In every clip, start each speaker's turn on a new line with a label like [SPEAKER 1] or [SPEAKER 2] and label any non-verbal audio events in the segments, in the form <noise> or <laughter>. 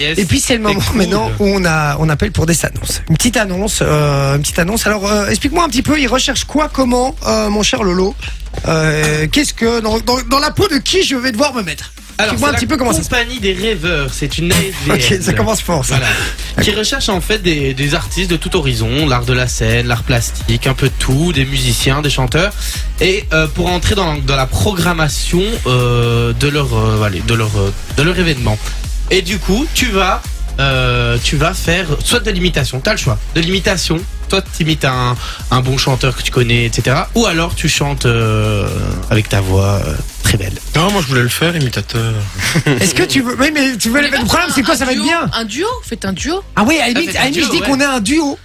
[SPEAKER 1] Yes.
[SPEAKER 2] Et puis c'est le moment
[SPEAKER 1] cool.
[SPEAKER 2] maintenant où on a on appelle pour des annonces. Une petite annonce, euh, une petite annonce. Alors euh, explique-moi un petit peu, ils recherchent quoi, comment, euh, mon cher Lolo. Euh, Qu'est-ce que dans, dans, dans la peau de qui je vais devoir me mettre
[SPEAKER 1] Alors, c'est
[SPEAKER 2] Explique-moi un petit
[SPEAKER 1] la
[SPEAKER 2] peu comment ça se
[SPEAKER 1] Compagnie des rêveurs, c'est une ASVN.
[SPEAKER 2] passe. Ok, ça commence fort. Ça.
[SPEAKER 1] Voilà. Qui recherche en fait des, des artistes de tout horizon, l'art de la scène, l'art plastique, un peu de tout, des musiciens, des chanteurs. Et euh, pour entrer dans, dans la programmation euh, de leur, euh, voilà, de leur, euh, de leur événement. Et du coup, tu vas, euh, tu vas faire soit de l'imitation, t'as le choix, de l'imitation. Toi, t'imites un, un bon chanteur que tu connais, etc. Ou alors tu chantes euh, avec ta voix euh, très belle.
[SPEAKER 3] Non, moi je voulais le faire, imitateur.
[SPEAKER 2] Est-ce que tu veux Oui, mais tu veux les mettre. Le problème, c'est quoi Ça va être bien.
[SPEAKER 4] Un duo Faites un duo
[SPEAKER 2] Ah oui, à la
[SPEAKER 1] Ça
[SPEAKER 2] limite,
[SPEAKER 1] fait
[SPEAKER 2] à la
[SPEAKER 1] un
[SPEAKER 2] limite, je
[SPEAKER 1] duo,
[SPEAKER 2] dis qu'on a un duo.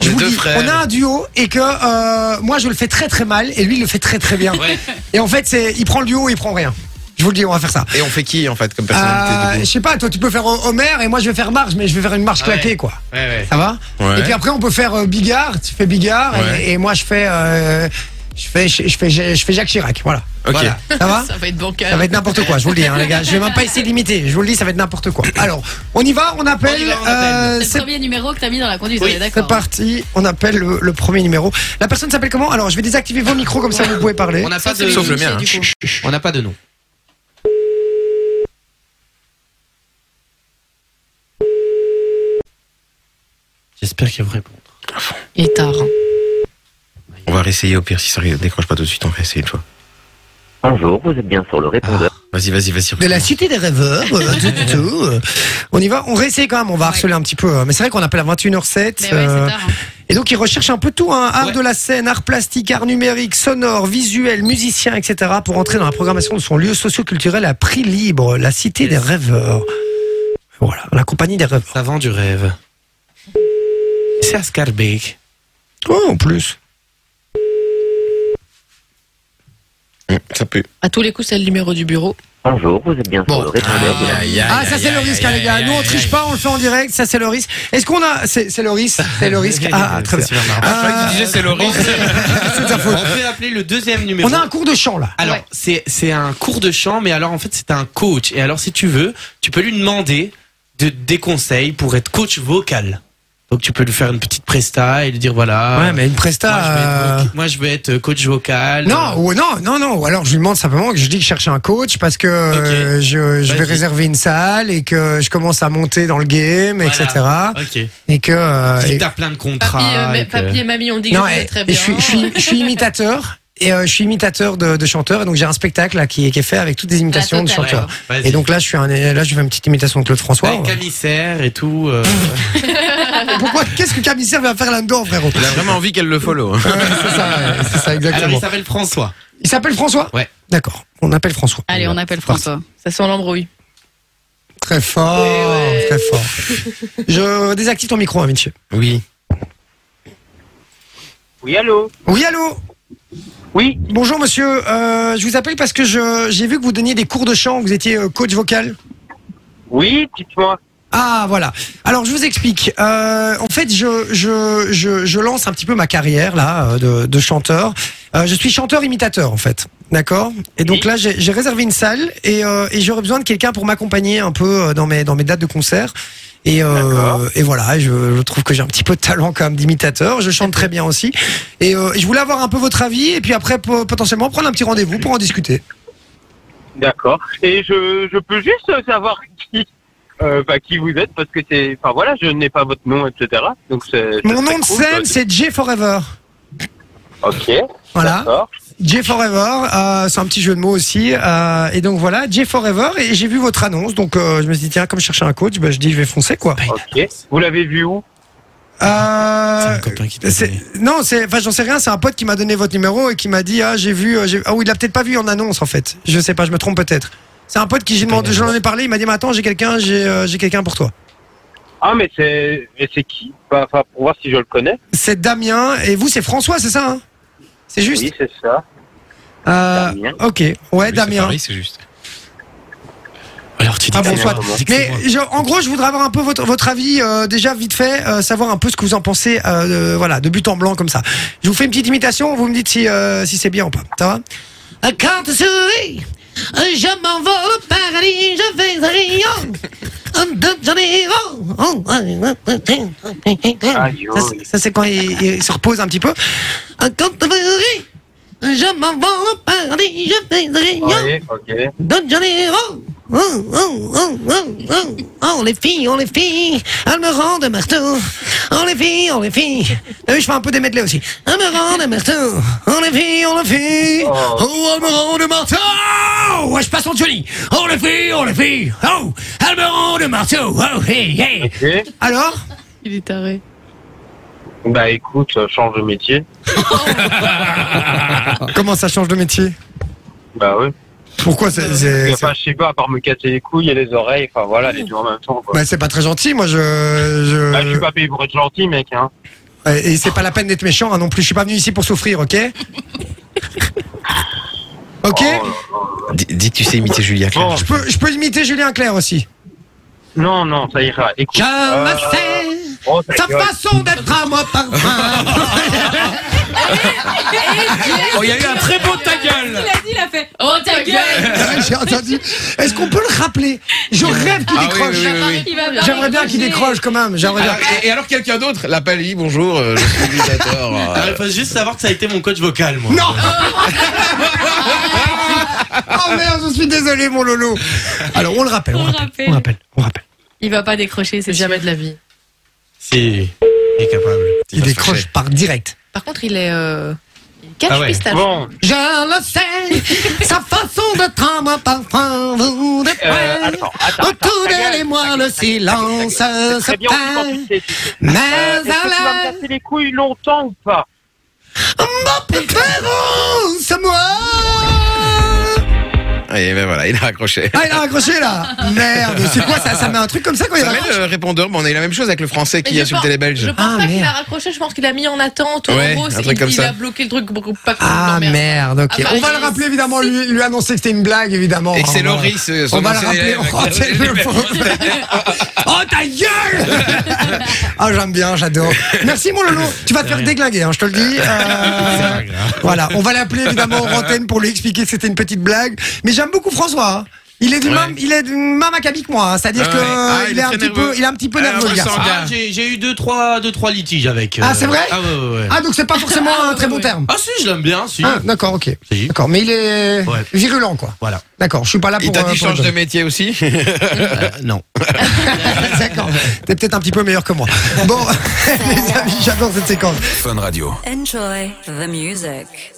[SPEAKER 2] Je
[SPEAKER 1] est
[SPEAKER 2] vous
[SPEAKER 1] deux
[SPEAKER 2] dis,
[SPEAKER 1] frères.
[SPEAKER 2] on a un duo et que euh, moi je le fais très très mal et lui il le fait très très bien.
[SPEAKER 1] Ouais.
[SPEAKER 2] Et en fait, c'est il prend le duo, il prend rien. Je vous le dis, on va faire ça.
[SPEAKER 3] Et on fait qui en fait comme
[SPEAKER 2] Euh,
[SPEAKER 3] personnalité
[SPEAKER 2] je
[SPEAKER 3] du
[SPEAKER 2] sais pas, toi tu peux faire Ho- Homer et moi je vais faire marche, mais je vais faire une marche
[SPEAKER 1] Ah ouais.
[SPEAKER 2] claquée quoi.
[SPEAKER 1] Ouais, ouais.
[SPEAKER 2] Ça va
[SPEAKER 3] coup Ouais.
[SPEAKER 2] Et puis après on peut faire euh, Bigard, tu fais Bigard
[SPEAKER 3] Ouais.
[SPEAKER 2] et, et moi je fais, euh, je fais, je, je fais, je, fais Jacques Chirac, voilà.
[SPEAKER 3] Ok.
[SPEAKER 1] Voilà.
[SPEAKER 2] Ça va
[SPEAKER 4] Ça va être bancal.
[SPEAKER 2] Hein Ça va être n'importe quoi, je vous le dis hein, les gars. Je vais même pas essayer de l'imiter, je vous le dis, ça va être n'importe quoi. Alors, on y va, on appelle.
[SPEAKER 1] On y va, on
[SPEAKER 2] euh,
[SPEAKER 1] appelle.
[SPEAKER 4] C'est
[SPEAKER 2] c'est
[SPEAKER 4] le premier numéro que t'as mis dans la conduite,
[SPEAKER 1] Oui,
[SPEAKER 4] on est d'accord.
[SPEAKER 2] c'est parti, on appelle le, le premier numéro. La personne s'appelle comment Alors je vais désactiver vos micros comme ça vous pouvez parler.
[SPEAKER 1] On n'a
[SPEAKER 4] Ça,
[SPEAKER 1] pas
[SPEAKER 4] c'est
[SPEAKER 1] de
[SPEAKER 3] Sauf le
[SPEAKER 4] initiés,
[SPEAKER 3] mien,
[SPEAKER 4] du
[SPEAKER 3] hein.
[SPEAKER 4] coup.
[SPEAKER 1] On n'a pas de nom. J'espère qu'il va répondre.
[SPEAKER 4] Il est tard. hein.
[SPEAKER 3] On va réessayer au pire si ça ré- décroche pas tout de suite, on va essayer une fois.
[SPEAKER 5] Bonjour, vous êtes bien sur le répondeur.
[SPEAKER 3] Vas-y, vas-y, vas-y.
[SPEAKER 2] De la cité des rêveurs, euh, du- du tout. euh. On y va, on réessaye quand même, on va harceler un petit peu. euh, Mais c'est vrai qu'on appelle à 21h07.
[SPEAKER 4] Mais ouais,
[SPEAKER 2] euh,
[SPEAKER 4] c'est tard. hein.
[SPEAKER 2] et donc ils recherchent un peu tout, hein, art
[SPEAKER 1] Ouais.
[SPEAKER 2] de la scène, art plastique, art numérique, sonore, visuel, musicien, etc. pour entrer dans la programmation de son lieu socio-culturel à prix libre, la cité des rêveurs. Voilà, la compagnie des rêveurs.
[SPEAKER 1] Ça vend du rêve. C'est à Scarbeck.
[SPEAKER 2] Oh, en plus.
[SPEAKER 3] Mmh, Ça pue.
[SPEAKER 4] À tous les coups, c'est le numéro du bureau.
[SPEAKER 5] Bonjour, vous êtes bien
[SPEAKER 2] Bon.
[SPEAKER 5] sur le répondeur. de la-
[SPEAKER 2] Ah, ça c'est le risque, hein, les gars. Nous on triche pas, on le fait en direct, ça c'est le risque. Est-ce qu'on a. C'est c'est le risque, c'est
[SPEAKER 1] <laughs>
[SPEAKER 2] le risque. Ah, très bien. Ah,
[SPEAKER 3] c'est le
[SPEAKER 1] On
[SPEAKER 2] c'est de sa faute.
[SPEAKER 1] peut appeler le deuxième numéro.
[SPEAKER 2] On a un cours de chant là.
[SPEAKER 1] Alors,
[SPEAKER 4] Ouais.
[SPEAKER 1] c'est, c'est un cours de chant, mais alors en fait, c'est un coach. Et alors, si tu veux, tu peux lui demander de, des conseils pour être coach vocal. Donc, tu peux lui faire une petite presta et lui dire voilà.
[SPEAKER 2] Ouais, mais une
[SPEAKER 1] Ah. Moi, je vais
[SPEAKER 2] presta.
[SPEAKER 1] être
[SPEAKER 2] euh,
[SPEAKER 1] voc- Moi, je vais être coach vocal.
[SPEAKER 2] Non, ou, non, non, non. Ou alors je lui demande simplement que je dis que je cherche un coach parce que euh, je, je vais
[SPEAKER 1] Vas-y.
[SPEAKER 2] réserver une salle et que je commence à monter dans le game,
[SPEAKER 1] Voilà.
[SPEAKER 2] etc.
[SPEAKER 1] Ok.
[SPEAKER 2] Et que. euh,
[SPEAKER 1] Si
[SPEAKER 2] et-
[SPEAKER 1] t'as plein de contrats.
[SPEAKER 4] Papy, euh, mais-
[SPEAKER 1] et que-
[SPEAKER 4] papy et mamie ont dit que
[SPEAKER 2] Non,
[SPEAKER 4] je
[SPEAKER 2] et-
[SPEAKER 4] très
[SPEAKER 2] et
[SPEAKER 4] bien.
[SPEAKER 2] je suis, je suis, je suis imitateur. Et euh, je suis imitateur de, de chanteurs et donc j'ai un spectacle là, qui, est- qui est fait avec toutes des imitations de
[SPEAKER 4] totale.
[SPEAKER 2] chanteurs.
[SPEAKER 1] Vas-y.
[SPEAKER 2] Et donc là je suis un, là je fais une petite imitation de Claude François.
[SPEAKER 1] Avec Camissaire et tout. euh,
[SPEAKER 2] Pourquoi qu'est-ce que Camissaire va faire
[SPEAKER 1] <laughs>
[SPEAKER 2] là-dedans frérot
[SPEAKER 3] <laughs> Il a vraiment envie qu'elle le follow. hein.
[SPEAKER 2] Ouais, C'est ça, ouais, c'est ça
[SPEAKER 1] Alors, il
[SPEAKER 2] <laughs> exactement.
[SPEAKER 1] s'appelle François.
[SPEAKER 2] Il s'appelle François.
[SPEAKER 1] Ouais.
[SPEAKER 2] D'accord. On appelle François.
[SPEAKER 4] Allez, on appelle François. Ça sent l'embrouille.
[SPEAKER 2] Très fort,
[SPEAKER 4] Eh ouais.
[SPEAKER 2] très fort. Je désactive ton micro, hein, Vinci.
[SPEAKER 3] Oui.
[SPEAKER 6] Oui, allô
[SPEAKER 2] Oui, allô
[SPEAKER 6] Oui,
[SPEAKER 2] Bonjour, monsieur. Euh, je vous appelle parce que je- j'ai vu que vous donniez des cours de chant, vous étiez euh, coach vocal.
[SPEAKER 6] oui, dites-moi.
[SPEAKER 2] Ah, voilà. Alors, je vous explique. Euh, en fait, je, je, je, je lance un petit peu ma carrière, là, euh, de, de chanteur. Euh, je suis chanteur-imitateur, en fait. D'accord Et donc
[SPEAKER 6] Oui.
[SPEAKER 2] là, j'ai j'ai réservé une salle et, euh, et j'aurais besoin de quelqu'un pour m'accompagner un peu euh, dans mes, dans mes dates de concert. Et, euh,
[SPEAKER 6] D'accord.
[SPEAKER 2] et voilà, je, je trouve que j'ai un petit peu de talent quand même d'imitateur. Je chante très bien aussi. Et euh, je voulais avoir un peu votre avis et puis après, po- potentiellement, prendre un petit rendez-vous pour en discuter.
[SPEAKER 6] D'accord. Et je, je peux juste savoir qui, euh, bah, qui vous êtes, parce que c'est... Enfin voilà, je n'ai pas votre nom, etc. Donc c'est... ça
[SPEAKER 2] Mon
[SPEAKER 6] serait
[SPEAKER 2] nom de
[SPEAKER 6] cool,
[SPEAKER 2] scène,
[SPEAKER 6] ça.
[SPEAKER 2] c'est Jay Forever.
[SPEAKER 6] Ok,
[SPEAKER 2] Voilà.
[SPEAKER 6] d'accord.
[SPEAKER 2] Jay Forever, euh, c'est un petit jeu de mots aussi. euh, et donc voilà, Jay Forever, et j'ai vu votre annonce, donc euh, je me suis dit, tiens, comme je cherchais un coach, bah, je dis, je vais foncer, quoi.
[SPEAKER 6] Ok. Vous l'avez vu où
[SPEAKER 1] C'est un
[SPEAKER 2] Euh,
[SPEAKER 1] copain qui t'a
[SPEAKER 2] c'est-
[SPEAKER 1] donné.
[SPEAKER 2] non, c'est, enfin, j'en sais rien, c'est un pote qui m'a donné votre numéro et qui m'a dit, ah, j'ai vu, euh, j'ai- ah oui, il l'a peut-être pas vu en annonce, en fait. Je sais pas, je me trompe peut-être. C'est un pote qui, j'ai
[SPEAKER 1] pas
[SPEAKER 2] demandé,
[SPEAKER 1] une
[SPEAKER 2] j'en
[SPEAKER 1] annonce.
[SPEAKER 2] ai parlé, il m'a dit, mais attends, j'ai quelqu'un, j'ai, euh, j'ai quelqu'un pour toi.
[SPEAKER 6] Ah, mais c'est... Mais c'est qui Bah, Enfin, pour voir si je le connais.
[SPEAKER 2] C'est Damien, et vous, c'est François, c'est ça, hein C'est juste?
[SPEAKER 6] Oui, c'est ça.
[SPEAKER 2] Euh,
[SPEAKER 6] Damien.
[SPEAKER 2] ok. Ouais, Damien.
[SPEAKER 3] Oui, c'est juste.
[SPEAKER 1] Alors, tu dis
[SPEAKER 2] Ah bon,
[SPEAKER 1] que c'est
[SPEAKER 2] soit.
[SPEAKER 1] moi.
[SPEAKER 2] Mais je- en gros, je voudrais avoir un peu votre, votre avis euh, déjà vite fait, euh, savoir un peu ce que vous en pensez, euh, de- voilà, de but en blanc comme ça. Je vous fais une petite imitation, vous me dites si, euh, si c'est bien ou pas. Ça va
[SPEAKER 7] Quand tu souris, je m'en vais au paradis, je vais rien.
[SPEAKER 6] Aïe,
[SPEAKER 2] Ça, c'est- Ça, c'est quand il, il se repose un petit peu. Quand je m'en vais au paradis, je fais des
[SPEAKER 6] aïe.
[SPEAKER 2] rayons
[SPEAKER 6] Ouais, ok.
[SPEAKER 2] de Janeiro. Oh, oh, oh, oh, oh. Oh, les filles, oh, les filles, elles me rendent marteau. Oh, les filles, oh, les filles. Ah oui, je fais un peu des medley aussi. Elles me rendent marteau. Oh, les filles, oh, les filles.
[SPEAKER 6] Oh.
[SPEAKER 2] Oh, elles me rendent marteau. Ouais, je passe en Johnny. Oh, les filles, oh, les filles. Oh, elles me rendent marteau. Oh, hey, hey.
[SPEAKER 6] Ok.
[SPEAKER 2] Alors
[SPEAKER 4] Il est taré.
[SPEAKER 6] Bah écoute, euh, change de métier.
[SPEAKER 2] Comment ça change de métier
[SPEAKER 6] Bah oui.
[SPEAKER 2] Pourquoi c'est- c'est- c'est
[SPEAKER 6] Enfin, je sais pas, à part me casser les couilles et les oreilles, enfin voilà, les deux en même temps. Quoi.
[SPEAKER 2] bah, c'est pas très gentil, moi je. je-
[SPEAKER 6] Bah, je suis pas payé pour être gentil, mec. Hein.
[SPEAKER 2] Ouais, Euh, Et c'est pas la peine d'être méchant hein, non plus. Je suis pas venu ici pour
[SPEAKER 7] <laughs>
[SPEAKER 2] souffrir, ok Ok
[SPEAKER 6] Oh,
[SPEAKER 3] D- Dis, tu sais imiter Julien Clerc.
[SPEAKER 6] Bon,
[SPEAKER 2] je, peux, je peux imiter Julien Clerc aussi.
[SPEAKER 6] non, non, ça ira. Écoute.
[SPEAKER 2] Je me
[SPEAKER 6] euh,
[SPEAKER 2] sais,
[SPEAKER 6] oh,
[SPEAKER 7] euh,
[SPEAKER 6] ta
[SPEAKER 2] sa
[SPEAKER 6] gueule.
[SPEAKER 2] façon d'être à moi <laughs> parfum.
[SPEAKER 7] Oh, il y a eu un très beau ta gueule.
[SPEAKER 8] Il a dit, il a fait.
[SPEAKER 4] Oh ta gueule
[SPEAKER 2] J'ai entendu. Est-ce qu'on peut le rappeler Je rêve qu'il
[SPEAKER 7] Ah oui,
[SPEAKER 2] décroche.
[SPEAKER 7] oui, oui, oui.
[SPEAKER 8] Il va pas
[SPEAKER 2] J'aimerais bien qu'il
[SPEAKER 8] raccrocher.
[SPEAKER 2] décroche quand même. J'aimerais bien.
[SPEAKER 7] Ah,
[SPEAKER 3] Et, et alors quelqu'un d'autre l'appelle, il dit, bonjour, euh, je suis l'utilisateur. euh,
[SPEAKER 1] Ah, il faut juste savoir que ça a été mon coach vocal, moi.
[SPEAKER 7] <laughs>
[SPEAKER 2] Non Oh merde, je suis désolé, mon Lolo. Alors, on le rappelle. On
[SPEAKER 8] On
[SPEAKER 2] le rappelle. On le rappelle. On le rappelle.
[SPEAKER 8] Il va pas décrocher, c'est
[SPEAKER 4] C'est
[SPEAKER 8] jamais.
[SPEAKER 4] jamais de la vie.
[SPEAKER 1] Si, il est capable.
[SPEAKER 2] Il décroche par direct.
[SPEAKER 4] Par contre, il est. Euh... il Cache
[SPEAKER 1] Ah ouais.
[SPEAKER 4] pistache.
[SPEAKER 6] Bon,
[SPEAKER 2] Je le sais, sa façon de trame parfum vous
[SPEAKER 6] euh,
[SPEAKER 2] déplaît.
[SPEAKER 6] attends, attends.
[SPEAKER 2] Autour
[SPEAKER 6] ta gueule,
[SPEAKER 2] d'elle et moi,
[SPEAKER 6] ta
[SPEAKER 2] le
[SPEAKER 6] gueule, ta gueule,
[SPEAKER 2] silence
[SPEAKER 6] ta gueule.
[SPEAKER 2] se
[SPEAKER 6] C'est très bien, on
[SPEAKER 2] perd.
[SPEAKER 6] dit quand tu sais, tu sais.
[SPEAKER 2] Mais
[SPEAKER 6] Euh, Est-ce que tu vas
[SPEAKER 2] à
[SPEAKER 6] me casser les couilles longtemps ou pas
[SPEAKER 2] la, ma préférence, à moi.
[SPEAKER 3] <laughs> Et ben voilà, il a raccroché.
[SPEAKER 2] Ah, il a raccroché là. Merde, c'est quoi ça Ça met un truc comme ça quand il
[SPEAKER 3] Ça met
[SPEAKER 2] raccroche
[SPEAKER 3] le répondeur, mais on a eu la même chose avec le français qui
[SPEAKER 4] Mais je
[SPEAKER 3] insultait
[SPEAKER 4] pense-
[SPEAKER 3] les Belges.
[SPEAKER 4] Je pense
[SPEAKER 2] Ah,
[SPEAKER 4] pas qu'il a
[SPEAKER 2] merde.
[SPEAKER 4] raccroché, je pense qu'il a mis en attente. ou
[SPEAKER 3] Ouais,
[SPEAKER 4] en gros,
[SPEAKER 3] un
[SPEAKER 4] c'est-
[SPEAKER 3] truc
[SPEAKER 4] il,
[SPEAKER 3] comme
[SPEAKER 4] il
[SPEAKER 3] ça.
[SPEAKER 4] a bloqué le truc. beaucoup- Pas
[SPEAKER 2] Ah
[SPEAKER 4] complètement,
[SPEAKER 2] merde, ok.
[SPEAKER 4] Ah, bah,
[SPEAKER 2] on va
[SPEAKER 4] il-
[SPEAKER 2] le rappeler évidemment, lui, lui annoncer que c'était une blague évidemment.
[SPEAKER 3] Et que c'est
[SPEAKER 2] Oh,
[SPEAKER 3] Loris, euh, son
[SPEAKER 2] On va le
[SPEAKER 3] ancien
[SPEAKER 2] rappeler,
[SPEAKER 3] élève.
[SPEAKER 2] on rappelle le Oh ta gueule
[SPEAKER 6] <laughs>
[SPEAKER 2] Ah j'aime bien, j'adore. Merci mon Lolo, tu vas te faire déglinguer, hein, je te le dis. Euh, voilà, on va l'appeler évidemment en antenne pour lui expliquer que c'était une petite blague. Mais j'aime beaucoup François. hein. Il est du
[SPEAKER 3] Ouais.
[SPEAKER 2] même, il est du même acabit que moi, hein. c'est-à-dire
[SPEAKER 3] Ouais.
[SPEAKER 2] que
[SPEAKER 3] Ah,
[SPEAKER 2] il,
[SPEAKER 3] il
[SPEAKER 2] est
[SPEAKER 3] est
[SPEAKER 2] un
[SPEAKER 3] très
[SPEAKER 2] petit
[SPEAKER 3] nerveux.
[SPEAKER 2] peu, il est un petit peu
[SPEAKER 3] Alors,
[SPEAKER 2] nerveux le gars.
[SPEAKER 3] on sent-
[SPEAKER 1] Ah, j'ai j'ai eu deux trois, deux, trois litiges avec.
[SPEAKER 2] Ah, c'est vrai
[SPEAKER 1] Ah, ouais, ouais, ouais.
[SPEAKER 2] Ah donc c'est pas
[SPEAKER 3] <laughs>
[SPEAKER 2] forcément un très bon terme.
[SPEAKER 1] Ah, si, je l'aime bien, si.
[SPEAKER 2] Ah, d'accord, ok.
[SPEAKER 1] Si.
[SPEAKER 2] D'accord, mais il est
[SPEAKER 1] Ouais.
[SPEAKER 2] virulent quoi.
[SPEAKER 1] Voilà.
[SPEAKER 2] D'accord, je suis pas là pour.
[SPEAKER 3] Il t'a
[SPEAKER 2] euh,
[SPEAKER 3] dit
[SPEAKER 2] pour
[SPEAKER 3] change
[SPEAKER 2] le-
[SPEAKER 3] de métier aussi
[SPEAKER 1] Euh, non.
[SPEAKER 2] <laughs> D'accord. T'es peut-être un petit peu meilleur que moi. <laughs> Bon, les amis, j'adore cette séquence.
[SPEAKER 9] Enjoy the music.